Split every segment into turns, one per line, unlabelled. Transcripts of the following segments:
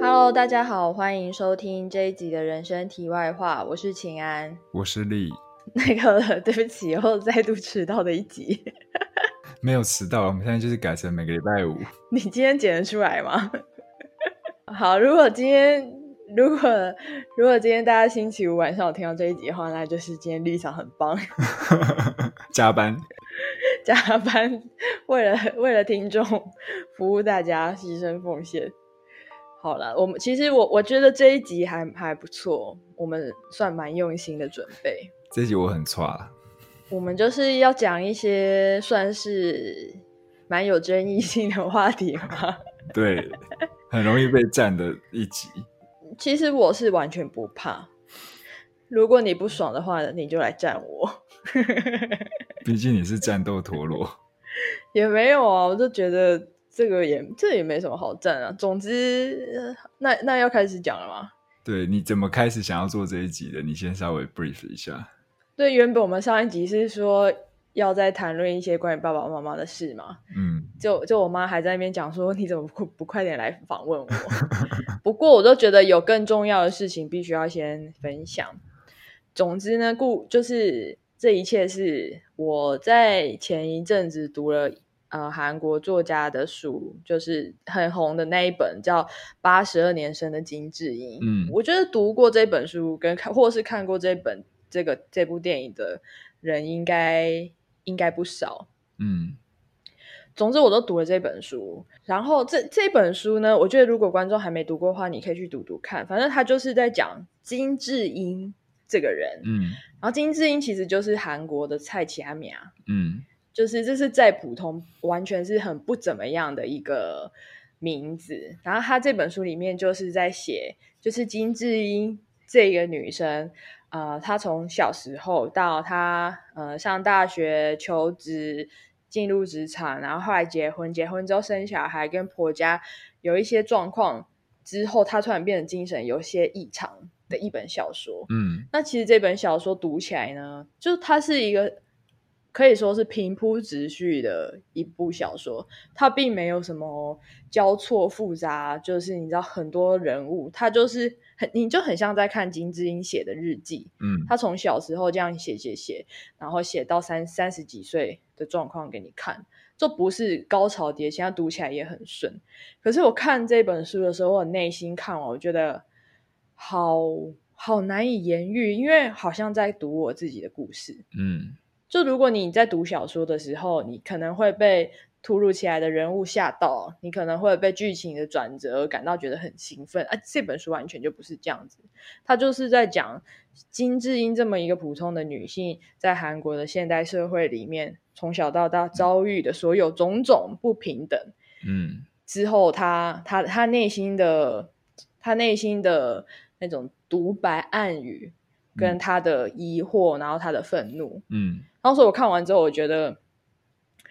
Hello，大家好，欢迎收听这一集的人生题外话，我是秦安。
我是丽，
那个，对不起，又再度迟到的一集，
没有迟到，我们现在就是改成每个礼拜五。
你今天剪得出来吗？ 好，如果今天如果如果今天大家星期五晚上有听到这一集的话，那就是今天丽嫂很棒，
加班，
加班为了为了听众服务大家，牺牲奉献。好了，我们其实我我觉得这一集还还不错，我们算蛮用心的准备。
这集我很差，
我们就是要讲一些算是蛮有争议性的话题嘛。
对，很容易被占的一集。
其实我是完全不怕，如果你不爽的话，你就来站我。
毕竟你是战斗陀螺，
也没有啊，我就觉得这个也这也没什么好站啊。总之，呃那那要开始讲了吗？
对，你怎么开始想要做这一集的？你先稍微 brief 一下。
对，原本我们上一集是说要再谈论一些关于爸爸妈妈的事嘛，
嗯，
就就我妈还在那边讲说，你怎么不不快点来访问我？不过我都觉得有更重要的事情必须要先分享。总之呢，故就是这一切是我在前一阵子读了呃韩国作家的书，就是很红的那一本叫《八十二年生的金智英》。
嗯
我觉得读过这本书跟看或是看过这本这个这部电影的人应该应该不少。
嗯，
总之，我都读了这本书。然后这这本书呢，我觉得如果观众还没读过的话，你可以去读读看。反正他就是在讲金智英这个人。
嗯
然后金智英其实就是韩国的蔡奇阿米啊亚，
嗯
就是这是再普通，完全是很不怎么样的一个名字。然后他这本书里面就是在写，就是金智英这个女生，呃，她从小时候到她呃上大学、求职、进入职场，然后后来结婚，结婚之后生小孩，跟婆家有一些状况之后，她突然变得精神有些异常的一本小说。
嗯
那其实这本小说读起来呢，就它是一个可以说是平铺直叙的一部小说，它并没有什么交错复杂，就是你知道很多人物，它就是很你就很像在看金智英写的日记，
嗯
他从小时候这样写写写，然后写到三三十几岁的状况给你看，这不是高潮迭起，它读起来也很顺。可是我看这本书的时候，我内心看完，我觉得好好难以言喻，因为好像在读我自己的故事。
嗯
就如果你在读小说的时候，你可能会被突如其来的人物吓到，你可能会被剧情的转折感到觉得很兴奋啊。这本书完全就不是这样子，它就是在讲金智英这么一个普通的女性，在韩国的现代社会里面，从小到大遭遇的所有种种不平等，
嗯
之后他，他他内心的他内心的那种独白暗语，跟
嗯
他的疑惑，然后他的愤怒，
嗯
然后所以我看完之后，我觉得，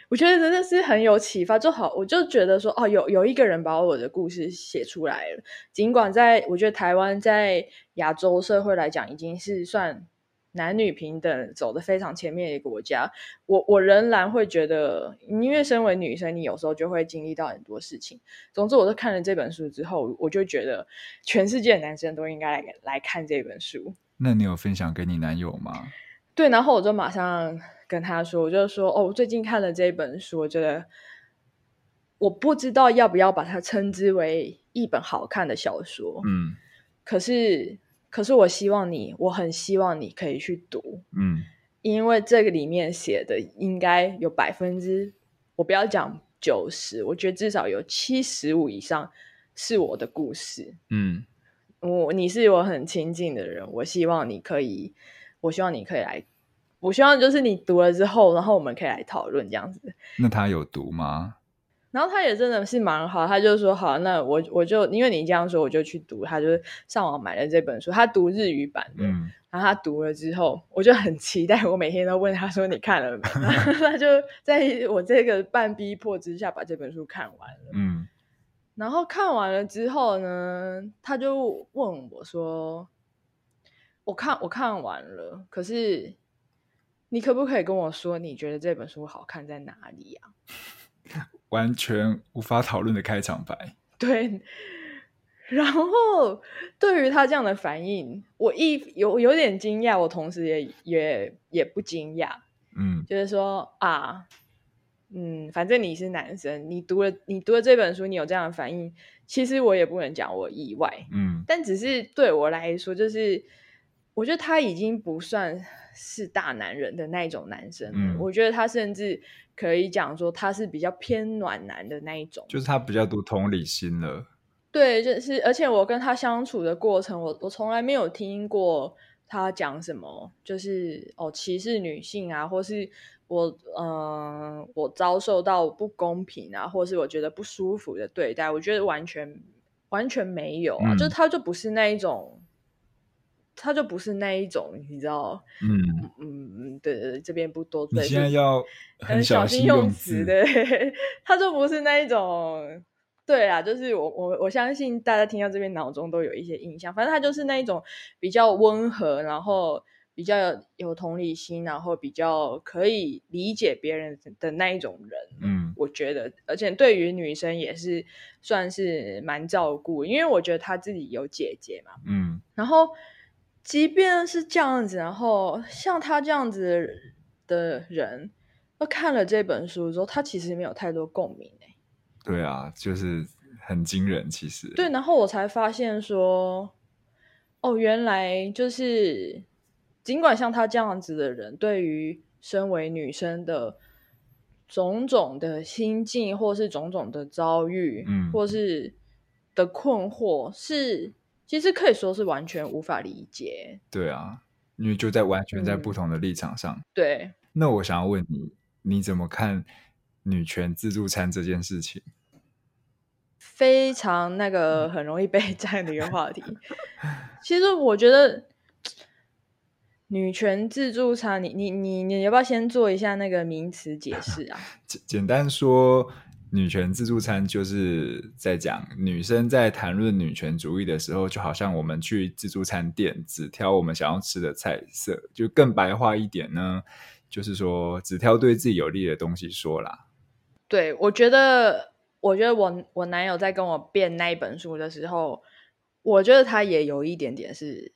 我觉得真的是很有启发，就好，我就觉得说，哦，有有一个人把我的故事写出来了。尽管在我觉得台湾在亚洲社会来讲，已经是算男女平等走得非常前面的一个国家，我我仍然会觉得，因为身为女生，你有时候就会经历到很多事情。总之，我都看了这本书之后，我就觉得全世界的男生都应该来来看这本书。
那你有分享给你男友吗？
对，然后我就马上跟他说，我就说哦，我最近看了这一本书，我觉得我不知道要不要把它称之为一本好看的小说，
嗯
可是可是我希望你，我很希望你可以去读，
嗯
因为这个里面写的应该有百分之，我不要讲九十，我觉得至少有七十五以上是我的故事，
嗯
我你是我很亲近的人，我希望你可以，我希望你可以来，我希望就是你读了之后，然后我们可以来讨论这样子。
那他有读吗？
然后他也真的是蛮好，他就说好，那我我就因为你这样说，我就去读。他就上网买了这本书，他读日语版的，
嗯
然后他读了之后，我就很期待，我每天都问他说你看了没？ 然后他就在我这个半逼迫之下把这本书看完了。
嗯
然后看完了之后呢，他就问我说：“我看我看完了，可是你可不可以跟我说，你觉得这本书好看在哪里啊
完全无法讨论的开场白。？”
对，然后对于他这样的反应，我一有有点惊讶，我同时也也也不惊讶，
嗯
就是说啊，嗯，反正你是男生，你读了你读了这本书，你有这样的反应，其实我也不能讲我意外，
嗯
但只是对我来说，就是我觉得他已经不算是大男人的那一种男生了，
嗯
我觉得他甚至可以讲说他是比较偏暖男的那一种，
就是他比较多同理心了。
对，就是，而且我跟他相处的过程，我我从来没有听过他讲什么，就是哦歧视女性啊，或是我嗯、呃我遭受到不公平啊，或是我觉得不舒服的对待，我觉得完全完全没有啊，
嗯
就是他就不是那一种，他就不是那一种，你知道，
嗯，
嗯，对对对，这边不多
你
对，
现在
就
要
很
很
小
心
心用
字
词，。对， 他就不是那一种。对啦，就是我我我相信大家听到这边脑中都有一些印象，反正他就是那一种比较温和，然后比较有有同理心，然后比较可以理解别人的那一种人。
嗯
我觉得，而且对于女生也是算是蛮照顾，因为我觉得他自己有姐姐嘛，
嗯
然后，即便是这样子，然后像他这样子的人，那看了这本书之后，他其实没有太多共鸣欸
对啊，就是很惊人，其实。
对，然后我才发现说，哦，原来就是，尽管像他这样子的人，对于身为女生的种种的心境，或是种种的遭遇，
嗯
或是的困惑，是其实可以说是完全无法理解。
对啊，因为就在完全在
嗯
不同的立场上。
对，
那我想要问你，你怎么看女权自助餐这件事情？
非常那个很容易被 占的一个话题。其实我觉得女权自助餐，你你你你要不要先做一下那个名词解释啊？
简简单说，女权自助餐就是在讲女生在谈论女权主义的时候，就好像我们去自助餐店只挑我们想要吃的菜色，就更白话一点呢，就是说只挑对自己有利的东西说啦。
对，我觉得，我觉得我我男友在跟我辩那一本书的时候，我觉得他也有一点点是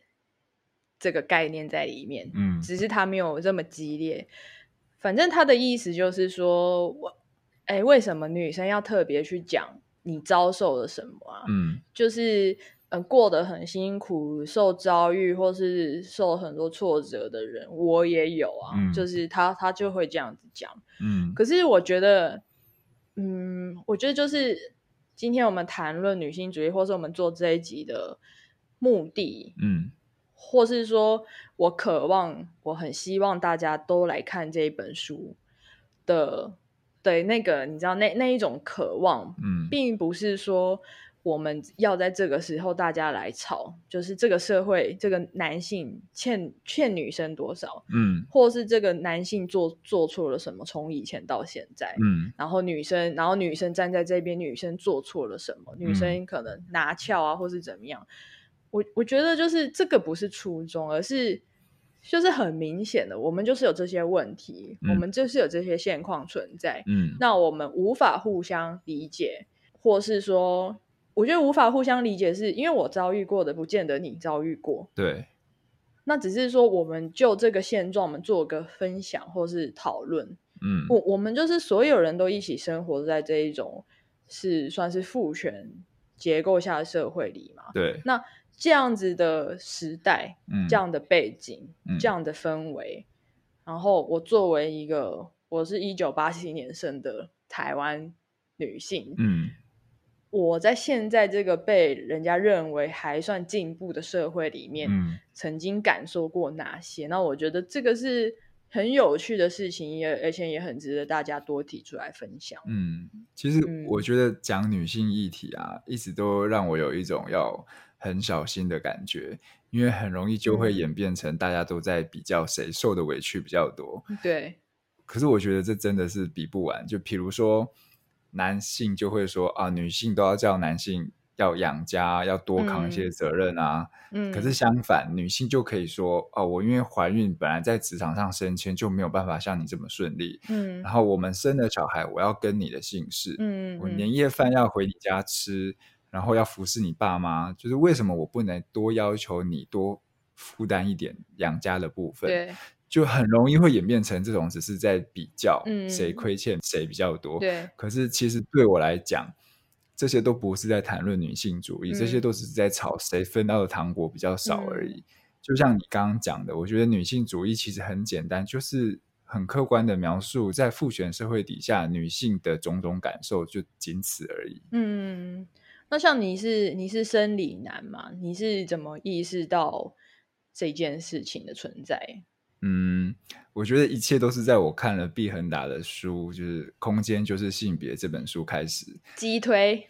这个概念在里面。
嗯
只是他没有这么激烈。反正他的意思就是说，我，哎，为什么女生要特别去讲你遭受了什么啊？
嗯
就是嗯、呃过得很辛苦、受遭遇或是受很多挫折的人，我也有啊。
嗯
就是他他就会这样子讲。
嗯
可是我觉得，嗯，我觉得就是今天我们谈论女性主义，或是我们做这一集的目的，
嗯
或是说我渴望，我很希望大家都来看这一本书的，对那个你知道那那一种渴望，
嗯
并不是说我们要在这个时候大家来吵，就是这个社会这个男性欠欠女生多少，
嗯
或是这个男性做做错了什么，从以前到现在。
嗯
然后女生，然后女生站在这边，女生做错了什
嗯
么？女生可能拿翘啊，或是怎么样？我我觉得就是这个不是初衷，而是就是很明显的，我们就是有这些问题，
嗯
我们就是有这些现况存在。
嗯
那我们无法互相理解，或是说，我觉得无法互相理解是，因为我遭遇过的，不见得你遭遇过。
对，
那只是说，我们就这个现状，我们做个分享或是讨论。
嗯
我我们就是所有人都一起生活在这一种是算是父权结构下的社会里嘛。
对，
那这样子的时代，
嗯
这样的背景，
嗯
这样的氛围，然后我作为一个我是一九八七年生的台湾女性，
嗯
我在现在这个被人家认为还算进步的社会里面，
嗯
曾经感受过哪些。那我觉得这个是很有趣的事情，也而且也很值得大家多提出来分享。
嗯，其实
嗯
我觉得讲女性议题啊，一直都让我有一种要很小心的感觉，因为很容易就会
嗯
演变成大家都在比较谁受的委屈比较多。
对，
可是我觉得这真的是比不完。就比如说，男性就会说啊，女性都要叫男性要养家，要多扛一些
嗯
责任啊。
嗯，
可是相反，女性就可以说哦，我因为怀孕，本来在职场上升迁就没有办法像你这么顺利，
嗯，
然后啊我们生了小孩，我要跟你的姓氏，
嗯，
我
嗯
年夜饭要回你家吃，然后要服侍你爸妈，就是为什么我不能多要求你多负担一点养家的部分？
对
就很容易会演变成这种只是在比较
嗯
谁亏欠谁比较多。
对
可是其实对我来讲，这些都不是在谈论女性主义，
嗯
这些都只是在吵谁分到的糖果比较少而已。就像你刚刚讲的，我觉得女性主义其实很简单，就是很客观的描述在父权社会底下女性的种种感受，就仅此而已。
嗯，那像你是你是生理男嘛？你是怎么意识到这件事情的存在？
嗯，我觉得一切都是在我看了毕恒达的书，就是《空间就是性别》这本书开始，
鸡 推，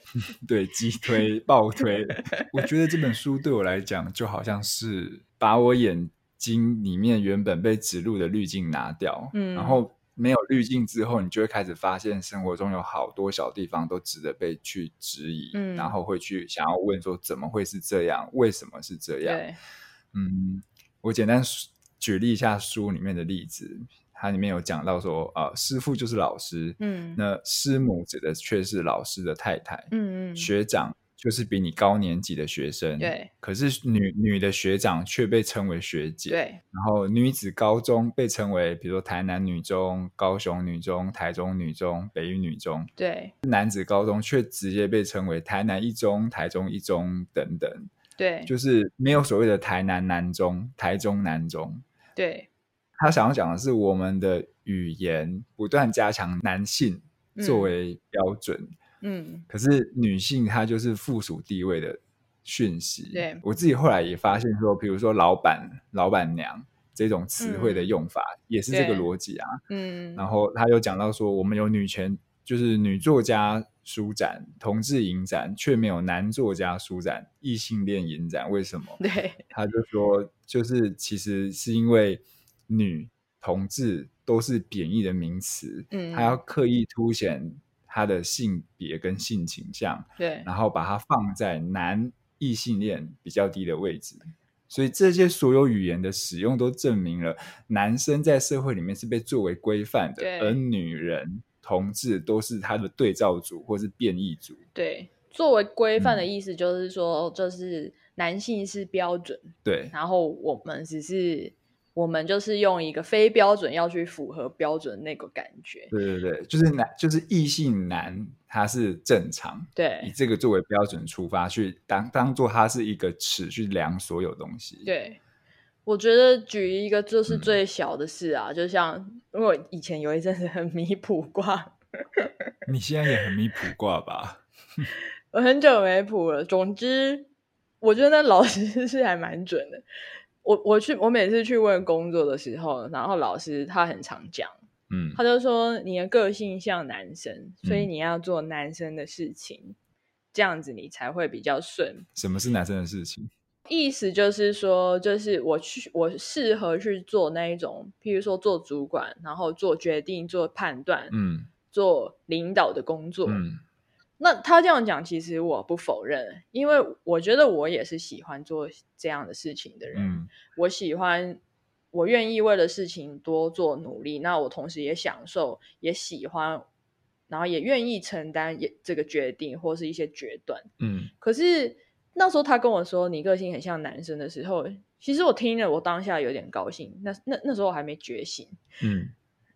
对击推、爆推。我觉得这本书对我来讲，就好像是把我眼睛里面原本被植入的滤镜拿掉，
嗯
然后没有滤镜之后，你就会开始发现生活中有好多小地方都值得被去质疑，
嗯
然后会去想要问说怎么会是这样，为什么是这样？
对，
嗯，我简单说举例一下书里面的例子，它里面有讲到说，呃，师傅就是老师，
嗯
那师母指的却是老师的太太，
嗯嗯，
学长就是比你高年级的学生，
对。
可是女女的学长却被称为学姐，。
对，
然后女子高中被称为，比如说台南女中、高雄女中、台中女中、北一女中；
对
男子高中却直接被称为台南一中、台中一中等等，
对
就是没有所谓的台南南中、台中南中。
对，
他想要讲的是，我们的语言不断加强男性
嗯
作为标准，
嗯
可是女性她就是附属地位的讯息。
对
我自己后来也发现说，比如说老板、老板娘这种词汇的
嗯
用法，也是这
对
个逻辑啊。
嗯，
然后他又讲到说，我们有女权，就是女作家书展、同志影展，却没有男作家书展、异性恋影展，为什么？
对
他就说，就是其实是因为女同志都是贬义的名词，
嗯
他要刻意凸显他的性别跟性倾向，
对，
然后把它放在男异性恋比较低的位置。所以这些所有语言的使用都证明了男生在社会里面是被作为规范的
对，
而女人、同志都是他的对照组或是变异组。
对，作为规范的
嗯
意思就是说，就是男性是标准，
对，
然后我们只是我们就是用一个非标准要去符合标准那个感觉，
对对对，就是男，就是异性男，他是正常，以
对
这个作为标准出发，去当当做它是一个尺去量所有东西。，
对。我觉得举一个就是
嗯
最小的事啊，就像因为我以前有一阵子很迷卜卦，
你现在也很迷卜卦吧？
我很久没卜了。总之，我觉得那老师是还蛮准的。我我去我每次去问工作的时候，然后老师他很常讲。
嗯，
他就说你的个性像男生，所以
嗯
你要做男生的事情，这样子你才会比较顺。
什么是男生的事情？
意思就是说，就是我去，我适合去做那一种，譬如说做主管，然后做决定、做判断、
嗯
做领导的工作。
嗯
那他这样讲，其实我不否认，因为我觉得我也是喜欢做这样的事情的人。
嗯
我喜欢，我愿意为了事情多做努力。那我同时也享受，也喜欢，然后也愿意承担也这个决定或是一些决断。
嗯，
可是那时候他跟我说你个性很像男生的时候，其实我听了，我当下有点高兴。那那那时候我还没觉醒。
嗯，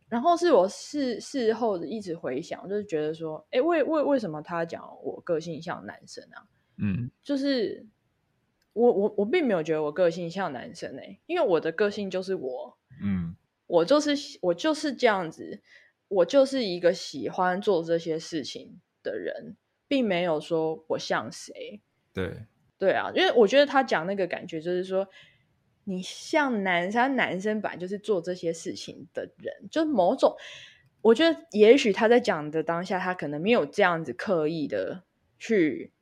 然后是我事事后一直回想，就是觉得说，哎，为为为什么他讲我个性像男生啊？
嗯，
就是我我我并没有觉得我个性像男生哎、因为我的个性就是我，
嗯，
我就是喜我就是这样子，我就是一个喜欢做这些事情的人，并没有说我像谁。
对，
对啊，因为我觉得他讲那个感觉就是说，你像男生，男生本来就是做这些事情的人，就是某种，我觉得也许他在讲的当下，他可能没有这样子刻意的去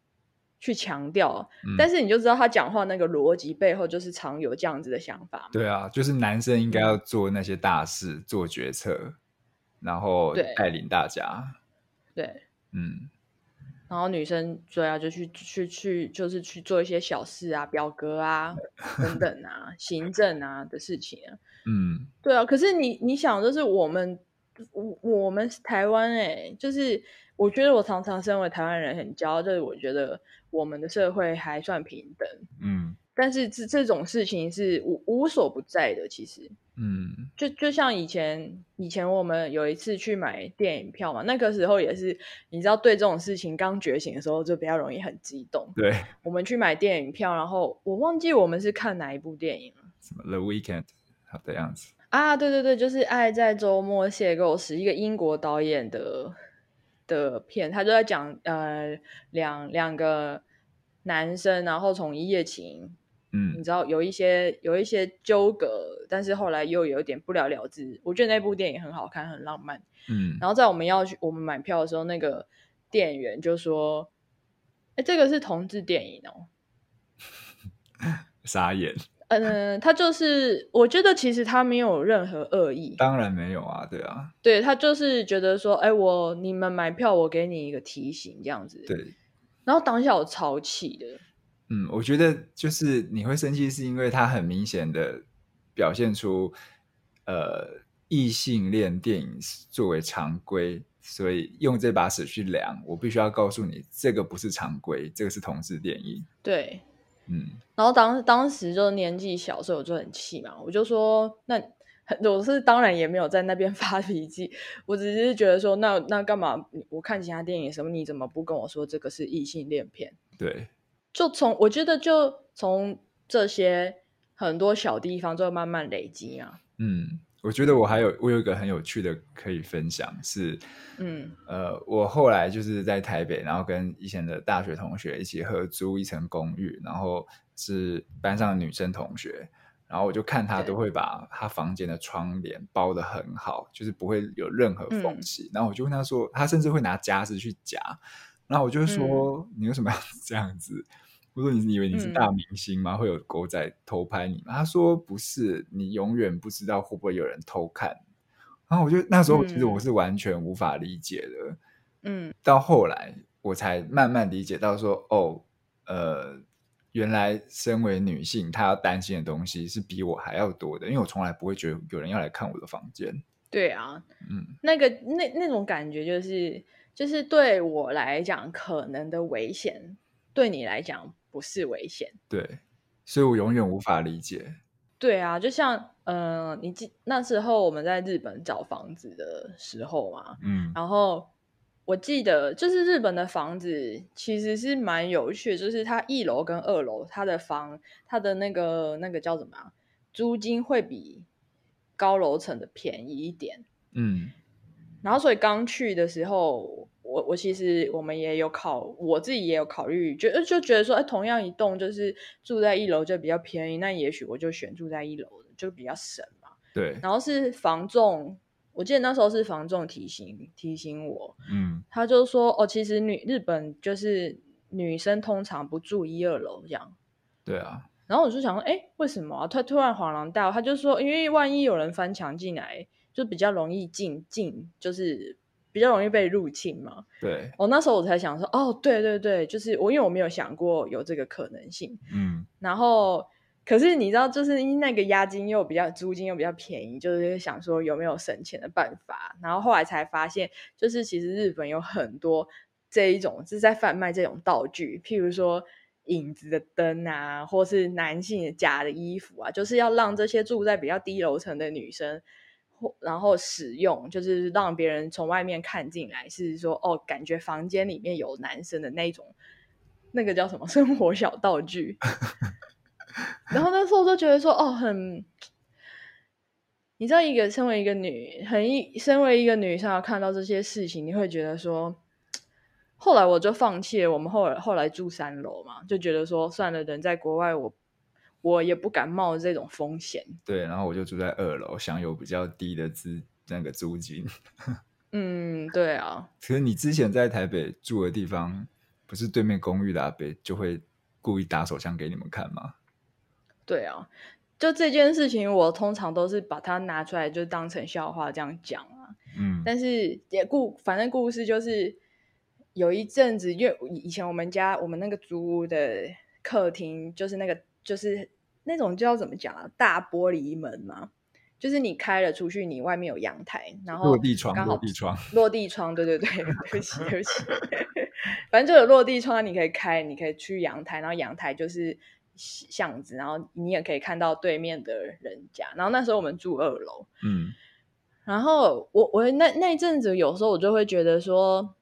去强调，
嗯
但是你就知道他讲话那个逻辑背后就是常有这样子的想法嘛。
对啊，就是男生应该要做那些大事，做决策，然后
对
带领大家。
对，
嗯，
然后女生对啊，就去去去，就是去做一些小事啊、表格啊等等啊、行政啊的事情啊。
嗯，
对啊，可是你你想，就是我们我我们是台湾哎、就是我觉得我常常身为台湾人很骄傲，就是我觉得我们的社会还算平等，
嗯
但是这这种事情是无无所不在的，其实。
嗯
就就像以前，以前我们有一次去买电影票嘛，那个时候也是，你知道对这种事情刚觉醒的时候就比较容易很激动。
对，
我们去买电影票，然后我忘记我们是看哪一部电影了
什么 The Weekend 好的样子，
啊？对对对，就是《爱在周末邂逅时》，一个英国导演的的片，他就在讲呃两两个男生，然后从一夜情你
嗯
知道有一些有一些纠葛，但是后来又有点不了了之。我觉得那部电影很好看，很浪漫。
嗯
然后在我们要去我们买票的时候，那个店员就说：“哎，这个是同志电影哦。
傻眼，”
嗯，他就是，我觉得其实他没有任何恶意，
当然没有啊，对啊，
对他就是觉得说，哎，我你们买票，我给你一个提醒这样子。
对，
然后当下我超气的，
嗯，我觉得就是你会生气，是因为它很明显的表现出，呃，异性恋电影是作为常规，所以用这把尺去量，我必须要告诉你，这个不是常规，这个是同志电影。
对，
嗯
然后当当时就年纪小，所以我就很气嘛，我就说那。 很我是当然也没有在那边 发脾气，我只是觉得说，那那干嘛？你我看其他电影什么，你怎么不跟我说这个是异性恋片？
对，
就从我觉得就从这些很多小地方就慢慢累积啊嘛。
嗯，我觉得我还有我有一个很有趣的可以分享是，
嗯
呃，我后来就是在台北，然后跟以前的大学同学一起合租一层公寓，然后是班上的女生同学，然后我就看她
对
都会把她房间的窗帘包得很好，就是不会有任何缝
嗯
隙。然后我就问她说，她甚至会拿夹子去夹，然后我就会说，你为什么要 这样子？我说你以为你是
嗯
大明星吗？会有狗仔偷拍你吗？他说不是，你永远不知道会不会有人偷看。然后我就那时候其实
嗯
我是完全无法理解的，
嗯
到后来我才慢慢理解到说，哦，呃，原来身为女性，她要担心的东西是比我还要多的，因为我从来不会觉得有人要来看我的房间。
对啊，
嗯
那个那那种感觉就是就是对我来讲可能的危险，对你来讲不是危险。
对，所以我永远无法理解。
对啊，就像嗯、呃你记那时候我们在日本找房子的时候嘛，
嗯
然后我记得就是日本的房子其实是蛮有趣的，就是它一楼跟二楼它的房它的那个那个叫什么、啊，租金会比高楼层的便宜一点。
嗯
然后所以刚去的时候，我我其实我们也有考，我自己也有考虑，就就觉得说，哎，同样一栋就是住在一楼就比较便宜，那也许我就选住在一楼的，就比较省嘛。
对，
然后是房仲，我记得那时候是房仲提醒提醒我，
嗯
他就说，哦，其实女日本就是女生通常不住一二楼这样。
对啊，
然后我就想说，哎，为什么啊、他突然恍然大悟，他就说，因为万一有人翻墙进来，就比较容易进进，就是比较容易被入侵嘛。
对，
哦，那时候我才想说，哦，对对对，就是我因为我没有想过有这个可能性。
嗯
然后，可是你知道，就是因为那个押金又比较，租金又比较便宜，就是想说有没有省钱的办法。然后后来才发现，就是其实日本有很多这一种是在贩卖这种道具，譬如说影子的灯啊，或是男性的假的衣服啊，就是要让这些住在比较低楼层的女生。或然后使用，就是让别人从外面看进来，是说哦，感觉房间里面有男生的那一种，那个叫什么 生活小道具。然后那时候我就觉得说，哦，很，你知道，一个身为一个女，很一身为一个女生，看到这些事情，你会觉得说，后来我就放弃了。我们后来后来住三楼嘛，就觉得说，算了，人在国外我，我也不敢冒这种风险。
对，然后我就住在二楼，享有比较低的资那个租金。
嗯，对啊，
可是你之前在台北住的地方，不是对面公寓的阿北就会故意打手枪给你们看吗？
对啊，就这件事情，我通常都是把它拿出来，就当成笑话这样讲啊。
嗯，
但是也故反正故事就是有一阵子，因为以以前我们家我们那个租屋的客厅就是那个就是那种叫怎么讲啊，大玻璃门嘛，就是你开了出去，你外面有阳台，然后
落地窗，
刚好
落地窗，
落地窗，对对对，对不起对不起， 反正就有落地窗，你可以开，你可以去阳台，然后阳台就是巷子，然后你也可以看到对面的人家。然后那时候我们住二楼，
嗯
然后我我那那一阵子，有时候我就会觉得说，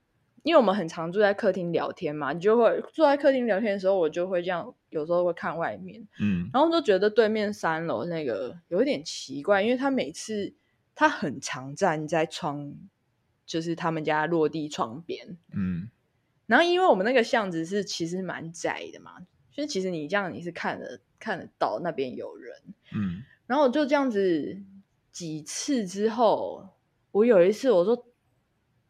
因为我们很常住在客厅聊天嘛，你就会坐在客厅聊天的时候，我就会这样，有时候会看外面，
嗯
然后就觉得对面三楼那个有一点奇怪，因为他每次他很常站在窗，就是他们家落地窗边，
嗯
然后因为我们那个巷子是其实蛮窄的嘛，就是其实你这样你是看得看得到那边有人，
嗯，
然后我就这样子几次之后，我有一次我说，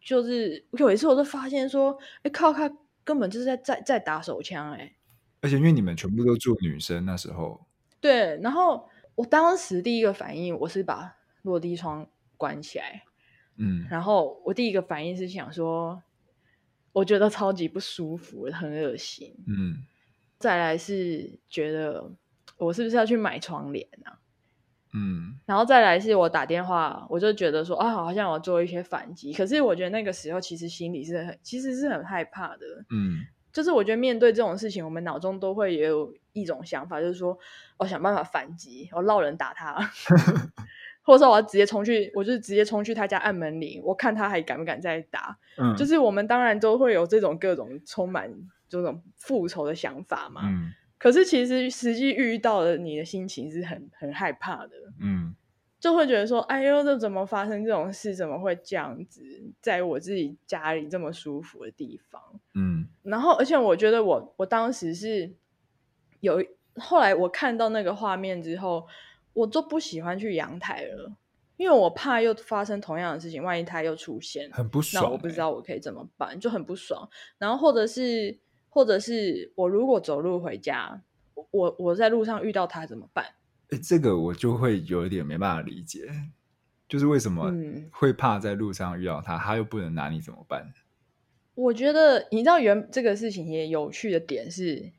就是有一次我就发现说，哎靠，他根本就是在在在打手枪哎、诶
而且因为你们全部都住女生，那时候，
对，然后我当时第一个反应我是把落地窗关起来，
嗯
然后我第一个反应是想说，我觉得超级不舒服，很恶心，
嗯
再来是觉得我是不是要去买窗帘啊？
嗯
然后再来是我打电话，我就觉得说啊，好像我做一些反击。可是我觉得那个时候其实心里是很，其实是很害怕的。
嗯
就是我觉得面对这种事情，我们脑中都会也有一种想法，就是说我想办法反击，我绕人打 他，或者说我要直接冲去，我就直接冲去他家按门铃，我看他还敢不敢再打。
嗯，
就是我们当然都会有这种各种充满这种复仇的想法嘛。
嗯
可是其实实际遇到的你的心情是很很害怕的。
嗯
就会觉得说，哎呦，这怎么发生这种事？怎么会这样子，在我自己家里这么舒服的地方？
嗯
然后，而且我觉得我我当时是有，后来我看到那个画面之后，我就不喜欢去阳台了，因为我怕又发生同样的事情，万一它又出现，
很不
那
爽、欸
我不知，道我可以怎么办，就很不爽。然后或者是或者是我如果走路回家，我我我在路上遇到它怎么办？
哎、这个我就会有一点没办法理解，就是为什么
嗯
会怕在路上遇到他，他又不能拿你怎么办？
我觉得你知道原这个事情也有趣的点是，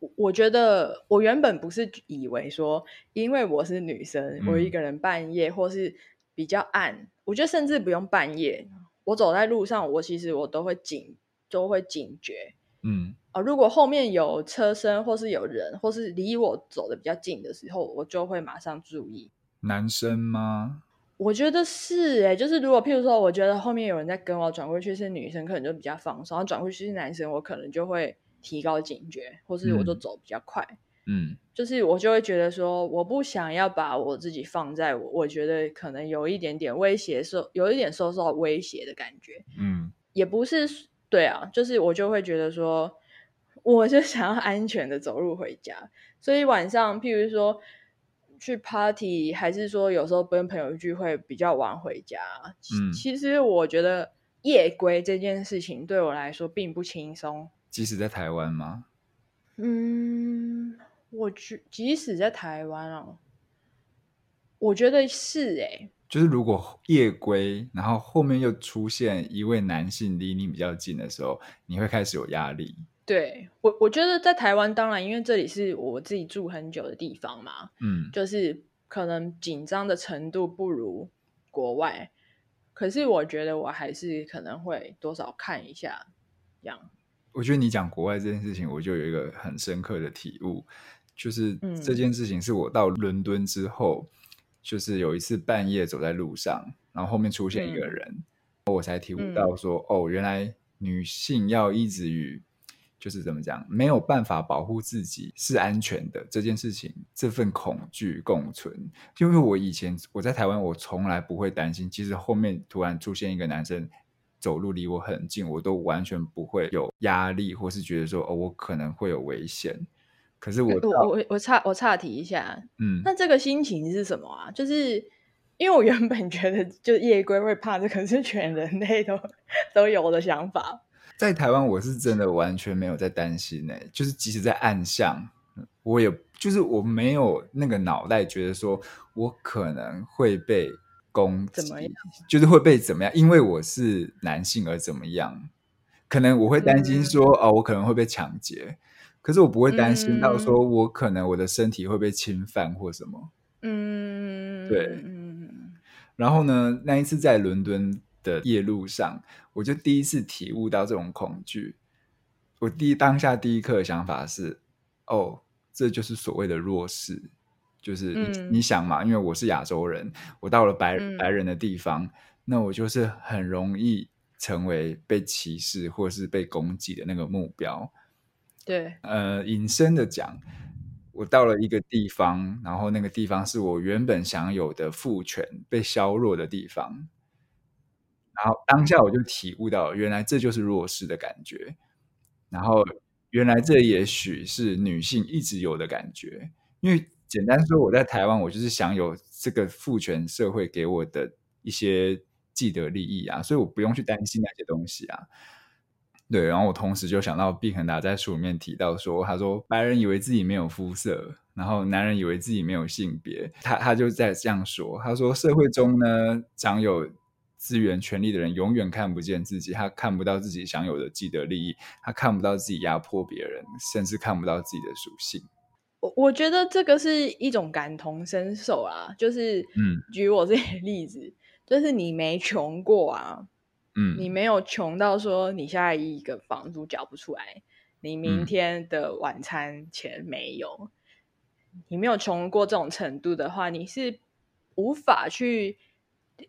我我觉得我原本不是以为说，因为我是女生，
嗯
我一个人半夜或是比较暗，我觉得甚至不用半夜，我走在路上，我其实我都会警都会警觉
嗯
啊、如果后面有车声或是有人，或是离我走的比较近的时候，我就会马上注意。
男生吗？
我觉得是诶、欸就是如果譬如说，我觉得后面有人在跟我，转过去是女生，可能就比较放松；然后转过去是男生，我可能就会提高警觉，或是我就
嗯
走比较快。
嗯
就是我就会觉得说，我不想要把我自己放在我我觉得可能有一点点威胁受，有一点受到威胁的感觉，
嗯
也不是对啊，就是我就会觉得说，我就 想要安全的走路回家，所以晚上譬如说去 party，还是说有时候跟朋友聚会比较晚回家，其
嗯
其实我觉得夜归这件事情对我来说并不轻松。
即使在台湾吗？
嗯，我觉即使在台湾哦，我觉得是欸诶、
就是如果夜归，然后后面又出现一位男性离你比较近的时候，你会开始有压力。
对我我觉得在台湾，当然因为这里是我自己住很久的地方嘛，
嗯
就是可能紧张的程度不如国外，可是我觉得我还是可能会多少看一下，这样。
我觉得你讲国外这件事情，我就有一个很深刻的体悟，就是
嗯
这件事情是我到伦敦之后，就是有一次半夜走在路上，然后后面出现一个
嗯
人，我才体悟到说，哦，原来女性要一直与就是怎么讲，没有办法保护自己是安全的这件事情，这份恐惧共存。因为我以前我在台湾，我从来不会担心，即使后面突然出现一个男生走路离我很近，我都完全不会有压力，或是觉得说哦，我可能会有危险。可是我
我
到
我我岔我岔题一下，
嗯，
那这个心情是什么啊？就是因为我原本觉得就夜归会怕，这可是全人类都 都有的想法。
在台湾，我是真的完全没有在担心呢、就是即使在暗巷，我也就是我没有那个脑袋觉得说我可能会被攻击，
怎么样
就是会被怎么样，因为我是男性而怎么样，可能我会担心说、哦，我可能会被抢劫，可是我不会担心到说我可能我的身体会被侵犯或什么。
嗯
对
嗯嗯嗯
然后呢，那一次在伦敦的夜路上，我就第一次体悟到这种恐惧。我第当下第一刻的想法是，哦，这就是所谓的弱势，就是你、
嗯
你想嘛，因为我是亚洲人，我到了白、
嗯
白人的地方，那我就是很容易成为被歧视或是被攻击的那个目标。
对，
呃，引申的讲，我到了一个地方，然后那个地方是我原本享有的父权被削弱的地方，然后当下我就体悟到，原来这就是弱势的感觉，然后原来这也许是女性一直有的感觉，因为简单说，我在台湾，我就是享有这个父权社会给我的一些既得利益啊，所以我不用去担心那些东西啊。对，然后我同时就想到毕肯达在书里面提到说，他说白人以为自己没有肤色，然后男人以为自己没有性别，他他就在这样说，他说社会中呢，享有资源权利的人永远看不见自己，他看不到自己享有的既得利益，他看不到自己压迫别人，甚至看不到自己的属性。
我我觉得这个是一种感同身受啊，就是
嗯
举我自己的例子，就是你没穷过啊，
嗯，
你没有穷到说你现在一个房租缴不出来，你明
嗯
天的晚餐钱没有，你没有穷过这种程度的话，你是无法去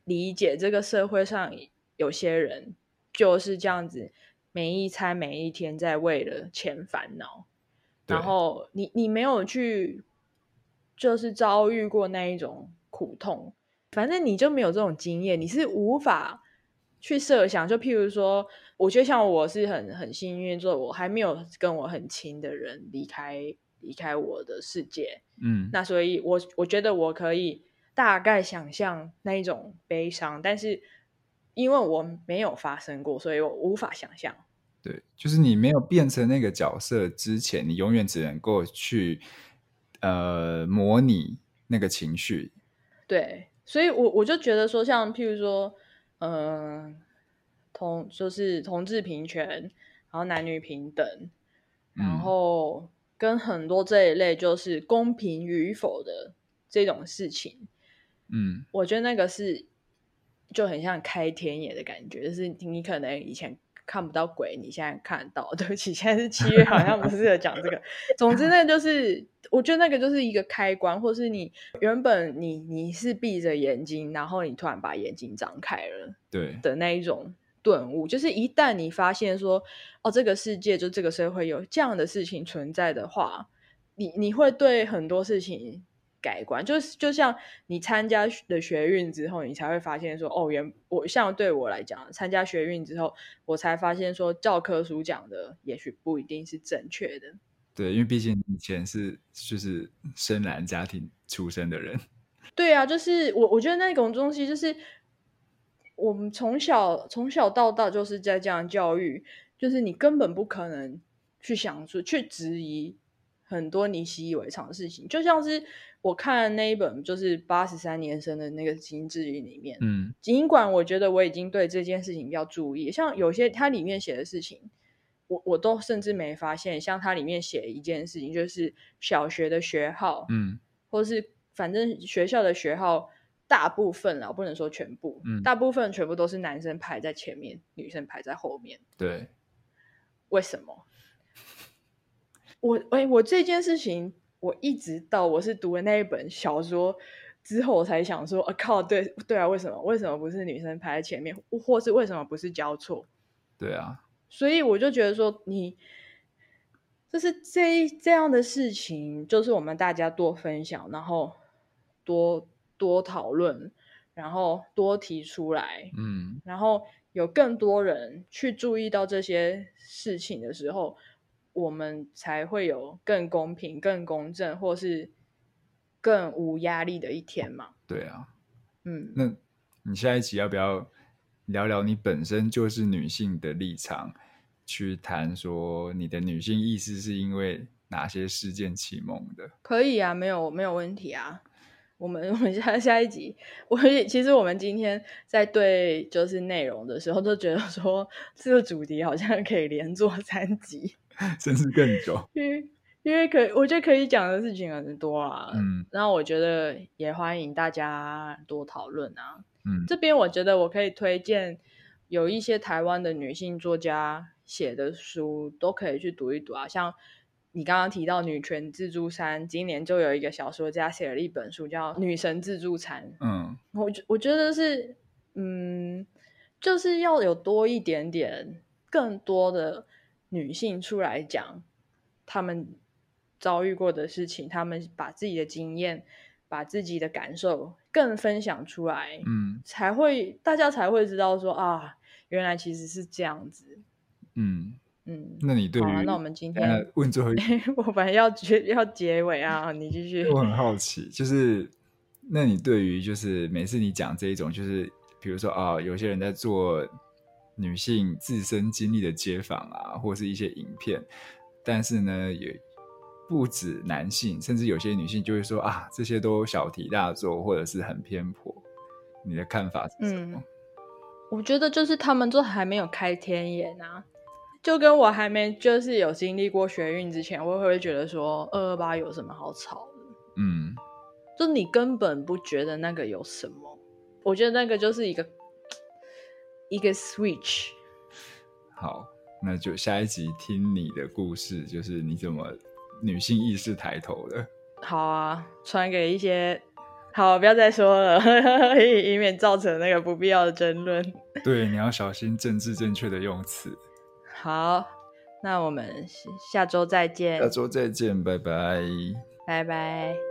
理解这个社会上有些人就是这样子，每一餐每一天在为了钱烦恼，
对
然后你你没有去就是遭遇过那一种苦痛，反正你就没有这种经验，你是无法去设想。就譬如说，我觉得像我是很很幸运，就我还没有跟我很亲的人离开离开我的世界，
嗯
那所以我我觉得我可以大概想象那一种悲伤，但是因为我没有发生过，所以我无法想象。
对，就是你没有变成那个角色之前，你永远只能够去呃模拟那个情绪，
对，所以我我就觉得说，像譬如说，嗯、同就是同志平权，然后男女平等，然
嗯
后跟很多这一类就是公平与否的这种事情，
嗯
我觉得那个是就很像开天眼的感觉，就是你可能以前看不到鬼，你现在看得到。对 不起，现在是七月，好像不适合讲这个。总之，那就是我觉得那个就是一个开关，或是你原本你你是闭着眼睛，然后你突然把眼睛张开了，
对，
的那一种顿悟，就是一旦你发现说，哦，这个世界就这个社会有这样的事情存在的话，你你会对很多事情改观，就是就像你参加了学运之后，你才会发现说，哦，原我像对我来讲，参加学运之后，我才发现说，教科书讲的也许不一定是正确的，
对，因为毕竟以前是就是深蓝家庭出身的人，
对啊，就是我我觉得那种东西就是我们从小从小到大就是在这样教育，就是你根本不可能去想出去质疑很多你习以为常的事情，就像是我看那一本就是八十三年生的那个金智英里面，
嗯
尽管我觉得我已经对这件事情要注意，像有些它里面写的事情，我我都甚至没发现，像它里面写一件事情就是小学的学号，
嗯
或是反正学校的学号大部分啦，不能说全部，
嗯
大部分全部都是男生排在前面，女生排在后面。
对，
为什么？我哎、我这件事情，我一直到我是读了那一本小说之后，我才想说，啊靠，对对啊，为什么为什么不是女生排在前面，或是为什么不是交错？
对啊，
所以我就觉得说你，就是这一这样的事情，就是我们大家多分享，然后多多讨论，然后多提出来，
嗯
然后有更多人去注意到这些事情的时候，我们才会有更公平、更公正，或是更无压力的一天嘛。
对啊。
嗯，
那你下一期要不要聊聊你本身就是女性的立场，去谈说你的女性意识是因为哪些事件启蒙的？
可以啊，没有没有问题啊。我们 我们下下一集，我也其实我们今天在对就是内容的时候，就觉得说这个主题好像可以连做三集，
甚至更久？
因为因为可我觉得可以讲的事情很多啊啦。
嗯
然后我觉得也欢迎大家多讨论啊。
嗯
这边我觉得我可以推荐有一些台湾的女性作家写的书，都可以去读一读啊。像你刚刚提到《女权自助餐》，今年就有一个小说家写了一本书叫《女神自助餐
嗯》，
我觉我觉得是，嗯，就是要有多一点点更多的女性出来讲她们遭遇过的事情，她们把自己的经验、把自己的感受更分享出来，
嗯
才会大家才会知道说啊，原来其实是这样子。
嗯，
嗯，
那你对
好啊
于
那我们今天
呃问最后一题，
我本来要结要结尾啊，你继续。
我很好奇，就是那你对于就是每次你讲这一种，就是比如说啊，有些人在做女性自身经历的街访啊，或是一些影片，但是呢，也不止男性，甚至有些女性就会说啊，这些都小题大做，或者是很偏颇。你的看法是什么？
我觉得就是他们都还没有开天眼啊，就跟我还没就是有经历过学运之前，我也会觉得说二二八有什么好吵的，
嗯
就你根本不觉得那个有什么。我觉得那个就是一个一个 switch，
好，那就下一集听你的故事，就是你怎么女性意识抬头了。
好啊，传给一些。好，不要再说了， 以以免造成那个不必要的争论。
对，你要小心政治正确的用词。
好，那我们下下周再见
下，周再见，拜拜。
拜拜。